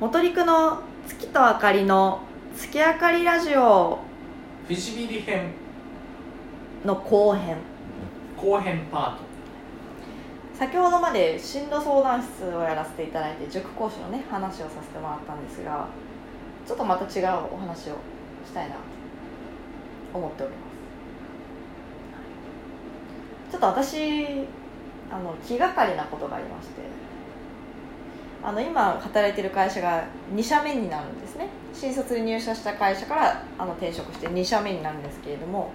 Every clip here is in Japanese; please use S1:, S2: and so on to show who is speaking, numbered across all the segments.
S1: 元陸の月と明かりの月明かりラジオ
S2: フィジビリ編
S1: の後編
S2: 後編パ
S1: 先ほどまで進路相談室をやらせていただいて塾講師のね話をさせてもらったんですがちょっとまた違うお話をしたいなと思っておりますちょっと私あの気がかりなことがありましてあの今働いてる会社が2社目になるんですね新卒で入社した会社からあの転職して2社目になるんですけれども、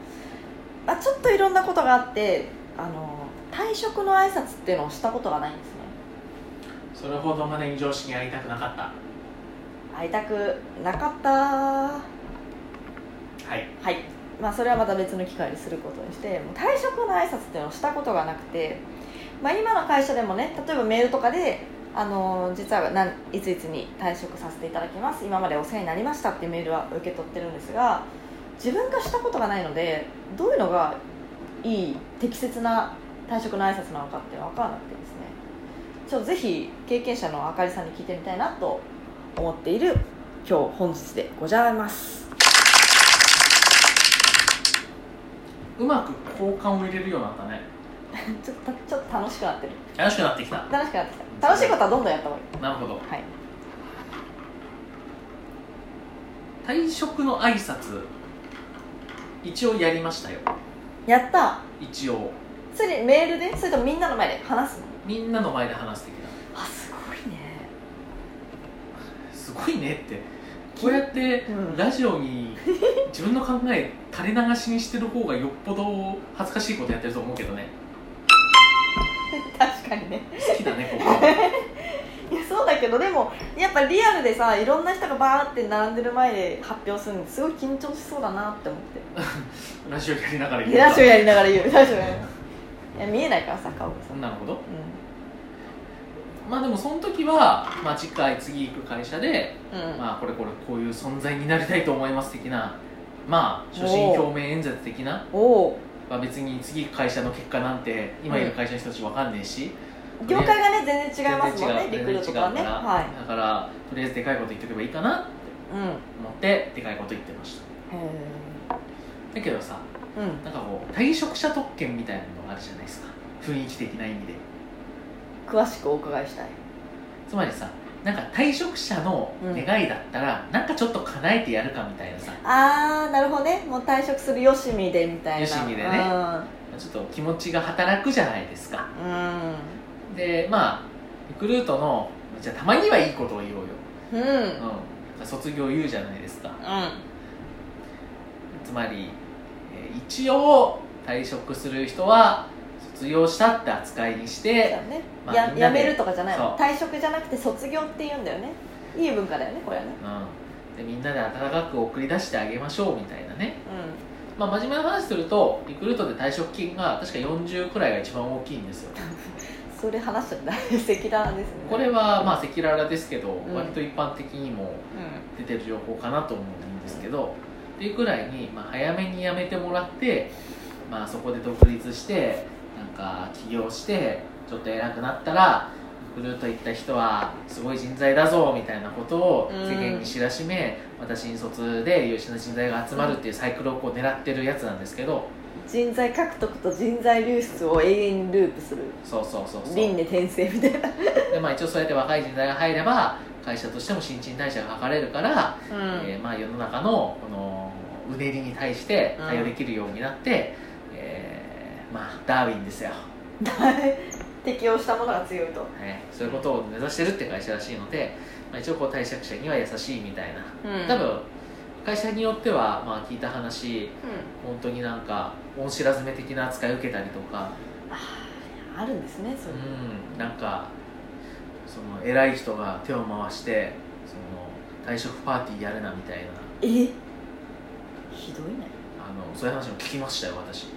S1: まあ、ちょっといろんなことがあってあの退職の挨拶っていうのをしたことがないんですね
S2: ートそれほどまでに常識にやりたくなかっ
S1: 会いたくなかったは
S2: たはい
S1: いまあそれはまた別の機会にすることにしてもう退職の挨拶っていうのをしたことがなくて、まあ、今の会社でもね例えばメールとかであの実はなんいついつに退職させていただきます今までお世話になりましたっていうメールは受け取ってるんですが自分がしたことがないのでどういうのがいい適切な退職の挨拶なのかっていうのは分からなくてですねちょっとぜひ経験者のあかりさんに聞いてみたいなと思っている今日本日でございます
S2: うまく交換を入れるようになったね
S1: ちょっとちょっと楽しくなってる
S2: 楽しくなってきた
S1: 楽しくなってきた楽しいことはどんどんやった方がい
S2: なるほど
S1: いはい
S2: 退職の挨拶一応やりましたよ
S1: やった
S2: 一応
S1: それメールでそれともみんなの前で話すの
S2: みんなの前で話す的な
S1: あすごいね
S2: すごいねってこうやって
S1: うん
S2: ラジオに自分の考え垂れ流しにしてる方がよっぽど恥ずかしいことやってると思うけどね
S1: 確かにね
S2: 好きだねここ
S1: いやそうだけどでもやっぱリアルでさいろんな人がバーって並んでる前で発表するのすごい緊張しそうだなって思っ
S2: ラジオやりながら
S1: てラジオ
S2: や
S1: やりながら言うラジオやりながらいや見えないからさ顔がさ、
S2: なるほど
S1: う
S2: まあでもその時は、まあ、次回次行く会社で、
S1: んうん
S2: まあこれこれこういう存在になりたいと思います的なまあ所信表明演説的な、
S1: おお
S2: まあ、別に次行く会社の結果なんて今いる会社の人たち分かんねえし、
S1: 業界がね全然違いますもんね
S2: 全
S1: リ
S2: 然
S1: クル
S2: 違
S1: ー
S2: う
S1: トと
S2: 全
S1: か
S2: 然違う
S1: ね
S2: から、
S1: は
S2: だからとりあえずでかいこと言っておけばいいかなって
S1: いうんへ
S2: 思ってでかいこと言ってました
S1: え
S2: だけどさ
S1: うん
S2: なんかこう退職者特権みたいなのがあるじゃないですか雰囲気的な意味で
S1: 詳しくお伺いしたい
S2: つまりさなんか退職者の願いだったら、なんかちょっと叶えてやるかみたいなさ
S1: ああなるほどねもう退職するよしみでみたいな
S2: よしみでねちょっと気持ちが働くじゃないですかでまあリクルートのじゃあたまにはいいことを言おうよ、
S1: うんうんうん
S2: うん、卒業言うじゃないですかつまり、えー一応退職する人は卒業したって扱いにし
S1: そう
S2: て
S1: だね
S2: まあ
S1: や
S2: みんな
S1: や
S2: で
S1: めるとかじゃないの
S2: そ
S1: 退職じゃなくて卒業って言うんだよねいい文化だよねこれはね
S2: うん、でみんなで温かく送り出してあげましょうみたいなね、
S1: う
S2: まあ、真面目な話するとリクルートで退職金が確か40くらいが一番大きいんですよ
S1: んそれ話しちゃった赤裸々ですね
S2: これはまあ赤裸々ですけど、
S1: ん
S2: 割と一般的にも
S1: う
S2: 出てる情報かなと思うんですけどっていうくらいに、まあ、早めに辞めてもらって、まあ、そこで独立してなんか起業してちょっと偉くなったらリクルート行った人はすごい人材だぞみたいなことを
S1: うん
S2: 世間に知らしめ、また新卒で優秀な人材が集まるっていうサイクルをこう狙ってるやつなんですけど
S1: ん人材獲得と人材流出を永遠にループする
S2: そうそうそうそう
S1: 輪廻転生みたいな
S2: で、まあ、一応そうやって若い人材が入れば会社としても新陳代謝が図れるからえーまあ、世の中のこのうねりに対して対応できるようになって、えーまあ、ダーウィンですよ、
S1: 適応したものが強いと
S2: ね、そういうことを目指してるって会社らしいので、まあ、一応こう退職者には優しいみたいな多分会社によっては、まあ、聞いた話本当になんか恩知らずめ的な扱い受けたりとか、
S1: あるんですねそうれ
S2: ん、なんかその偉い人が手を回してその退職パーティーやるなみたいな
S1: えひどいね
S2: あのそういう話も聞きましたよ私。
S1: い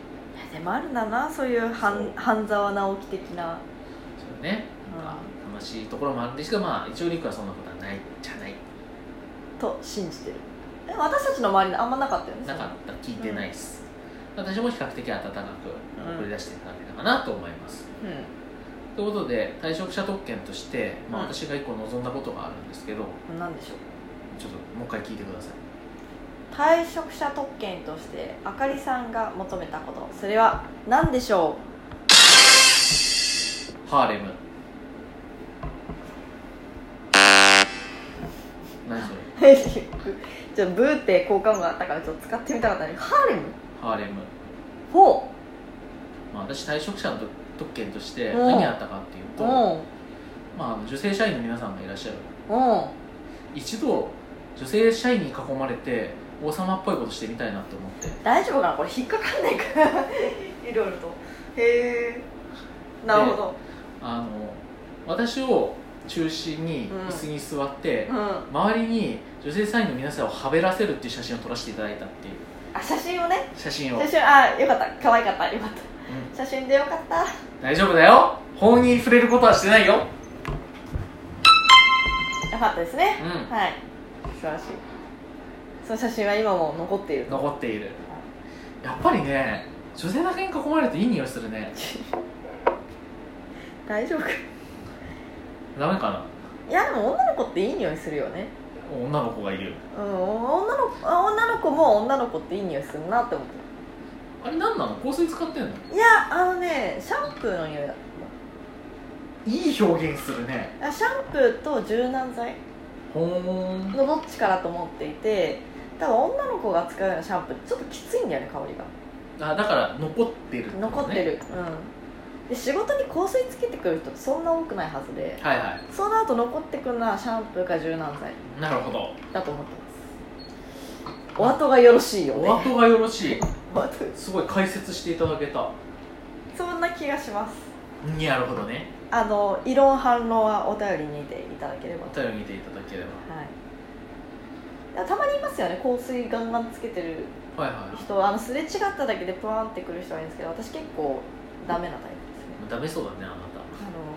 S1: やでもあるんだなそういう半半沢直樹的な
S2: そうね、なんか悲しいところもあるんですけど、まあ、一応リクはそんなことはないじゃない
S1: と信じてるえ私たちの周りにあんまなかったよね
S2: なかった聞いてないです、私も比較的温かく送り出していただけたかなと思います、
S1: うん
S2: ということで退職者特権として、まあ、
S1: うん
S2: 私が一個望んだことがあるんですけど、
S1: 何でしょう
S2: ちょっともう一回聞いてください
S1: 退職者特権としてあかりさんが求めたことそれは何でしょ
S2: ハーレム何それ
S1: う ちょっとブーって効果音があったからちょっと使ってみたかったねハーレム
S2: ハーレム、
S1: ほ
S2: まあ、私退職者の特権として
S1: うん
S2: 何やったかっていう
S1: う
S2: と、
S1: う
S2: ま
S1: ん
S2: あ、あの女性社員の皆さんがいらっしゃる
S1: うん
S2: 一度女性社員に囲まれて王様っぽいことしてみたいなと思って
S1: 大丈夫かなこれ引っかかんないからいろいろとへえなるほど
S2: あの私を中心に
S1: うん
S2: 椅子に座って
S1: う、んあ
S2: 周りに女性社員の皆さんをはべらせるっていう写真を撮らせていただいたっていう
S1: 写真をね
S2: 写真を、う
S1: 写
S2: ん、
S1: 真あよかった可愛かったよかった写真でよかった
S2: 大丈夫だよ法に触れることはしてないよ
S1: よかったですね
S2: う
S1: はい素晴らしいその写真は今も残っている
S2: ん残っているやっぱりね女性だけに囲まれるといい匂いするね
S1: 大丈夫か
S2: ダメかない
S1: やでも女の子っていい匂いするよね
S2: 女の子がいる
S1: うん女の子女の子も女の子っていい匂いするなって思って
S2: あれ何なの香水使ってんの
S1: いやあのねシャンプーの匂いだっ
S2: いい表現するね
S1: たあシャンプーと柔軟剤
S2: ほーん
S1: のどっちからと思っていて多分女の子が使うようなシャンプーってちょっときついんだよね香りが
S2: あだから残ってることね
S1: 残ってる、うんで仕事に香水つけてくる人ってそんな多くないはずで
S2: はいは
S1: そうなると残ってくるのはシャンプーか柔軟剤
S2: いなるほど
S1: だと思ってますお後がよろしいよね
S2: お後がよろしい
S1: お後
S2: すごい解説していただけた
S1: そんな気がします
S2: うんなるほどね
S1: あの異論反論はお便りにていただければ
S2: お
S1: と
S2: 便り見ていただけれ
S1: はいたまにいますよね香水ガンガンつけてる
S2: ばはいはい
S1: 人あのすれ違っただけでプワンってくる人はいいんですけど私結構ダメなタイプですね
S2: ダメそうだねあな
S1: あの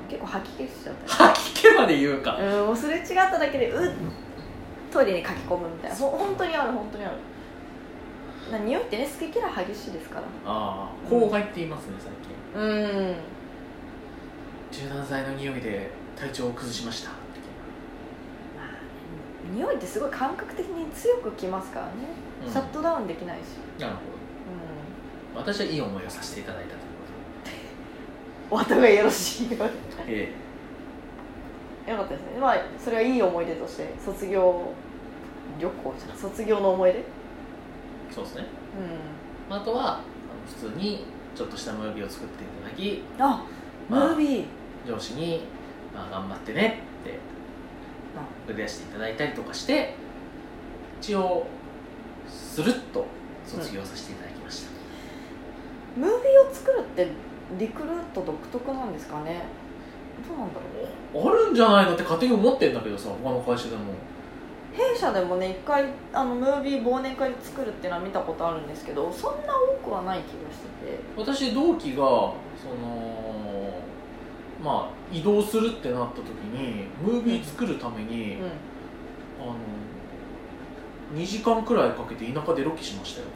S1: 結構吐き気しちゃった
S2: た吐き気まで言うか
S1: りうんもうすれ違っただけでうっトイレに駆け込むみたいなほ本当にある本当にあるな匂いってね好き嫌い激しいですから
S2: ああ公害って言いますね最近
S1: うん
S2: 柔軟剤の匂いで体調を崩しました
S1: まあね匂いってすごい感覚的に強くきますからね、
S2: うん
S1: シャットダウンできないし、
S2: なるほ
S1: う、
S2: ど私はいい思いをさせていただいたというん
S1: お後がよろしいように
S2: ことで、え
S1: よかったですねまあそれはいい思い出として卒業旅行じゃん卒業の思い出うん
S2: えそうですねあとはあの普通にちょっとしたムービーを作っていただき
S1: あム
S2: まあ
S1: ービー、
S2: 上司に、まあ、頑張ってねって売り出していただいたりとかして一応スルッと卒業させていただきました、
S1: ムービーを作るってリクルート独特なんですかねどうなんだろう
S2: おあるんじゃないのって勝手に思ってんだけどさ他の会社でも
S1: 弊社でもね一回あのムービー忘年会作るっていうのは見たことあるんですけどそんな多くはない気がしてて
S2: 私同期がそのまあ移動するってなった時にムービー作るために、
S1: うん
S2: あの2時間くらいかけて田舎でロケし ましたよ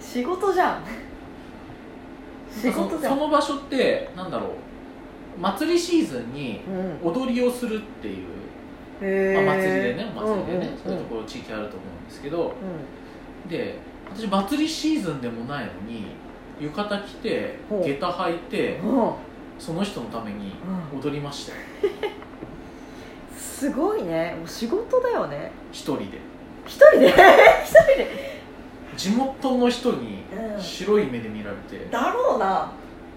S1: 仕事じゃん仕事じゃ
S2: そ
S1: ん
S2: の場所ってなんだろう祭りシーズンに
S1: うん
S2: 踊りをするっていう、
S1: へ
S2: ま
S1: ー
S2: あ、祭りでねお祭りでね、そううんいう
S1: うん
S2: ところ地域あると思うんですけど
S1: う
S2: で私祭りシーズンでもないのに浴衣着て
S1: ほう
S2: 下駄履いて
S1: んうん
S2: その人のために踊りましたよ
S1: すごいねもう仕事だよね
S2: 一人で
S1: 一人で一人で
S2: 地元の人に
S1: うん
S2: 白い目で見られて、
S1: だろうな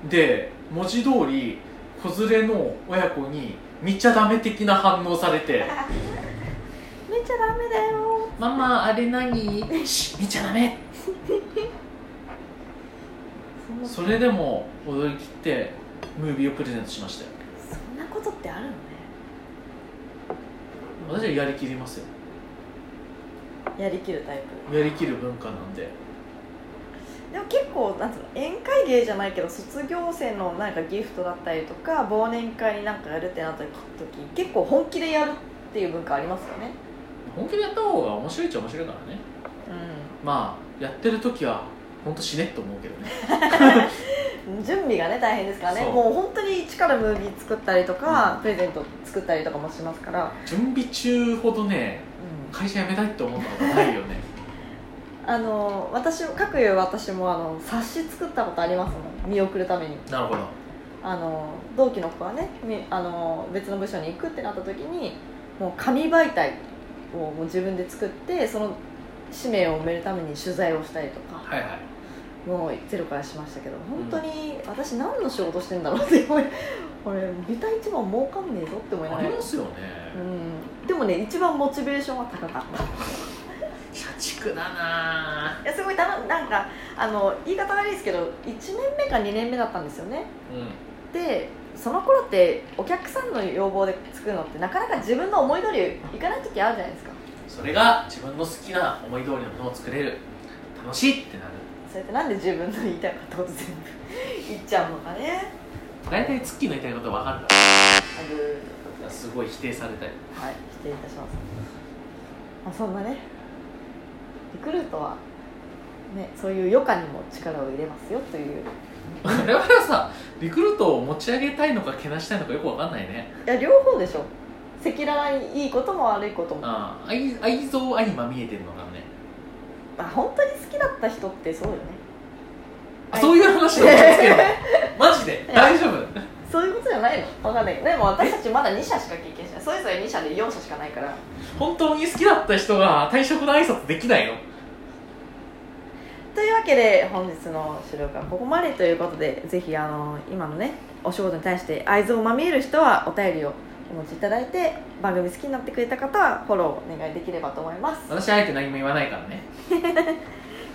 S2: で文字通り子連れの親子に見ちゃダメ的な反応され て
S1: めちゃダメだよ
S2: 「ママあれ何?」「し見ちゃダメ!
S1: そん」な
S2: それでも踊り切ってムービーをプレゼントしましたよ
S1: そんなことってあるのね
S2: 私はやりきりますよ
S1: やりきるタイプ
S2: やりきる文化なんで
S1: でも結構なんつうの宴会芸じゃないけど卒業生のなんかギフトだったりとか忘年会になんかやるってなった時結構本気でやるっていう文化ありますよね
S2: 本気でやった方が面白いっちゃ面白いからねまあやってる時は本当死ねって思うけどね
S1: 準備がね大変ですからね
S2: そう
S1: もう本当に一からムービー作ったりとか、プレゼント作ったりとかもしますから、
S2: 準備中ほどね
S1: う
S2: 会社辞めたいって思ったことないよね
S1: ん、あの私も各有私もあの冊子作ったことありますもん見送るために
S2: なるほど
S1: あの同期の子はねみあの別の部署に行くってなった時にもう紙媒体をもう自分で作ってその使命を埋めるために取材をしたりとか
S2: はいはい
S1: もうゼロからしましたけど本当に私何の仕事してんだろうって思い 俺ビタ一番儲かんねえぞって思いな
S2: あ
S1: が
S2: り
S1: ら、
S2: ますよね、
S1: うん、でもね一番モチベーションは高かった
S2: 社畜だない
S1: やすごいたのなんかあの言い方悪いですけど1年目か2年目だったんですよね
S2: う
S1: でその頃ってお客さんの要望で作るのってなかなか自分の思い通りいかない時あるじゃないですか
S2: んそれが自分の好きな思い通りのものを作れる楽しいってなる
S1: それってなんで自分の言いたいことを全部言っちゃうのかね
S2: 大体ツッキーの言いたいこと分かる
S1: あ
S2: か
S1: ぐ
S2: らすごい否定さ れたり
S1: ーはい失礼いたします、まあ、そんなねリクルートはねそういう余暇にも力を入れますよという
S2: 我々はさリクルートを持ち上げたいのかけなしたいのかよく分かんないね
S1: いや両方でしょ赤裸々にいいことも悪いことも
S2: ああ愛愛憎相ま見えてるのかもね
S1: まあ本当に好きだった人ってそうよね
S2: あ
S1: はい
S2: そういう話だ気を つけろマジで
S1: いや
S2: 大丈夫
S1: そういうことじゃないの分かんないけどでも私たちまだ2社しか経験してないそれぞれ2社で4社しかないから
S2: 本当に好きだった人が退職の挨拶できないの
S1: というわけで本日の資料がここまでということでぜひあの今のねお仕事に対して愛憎をまみえる人はお便りをお持ちいただいて番組好きになってくれた方はフォローお願いできればと思います
S2: 私あえて何も言わないからね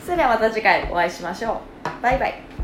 S1: それではまた次回お会いしましょうバイバイ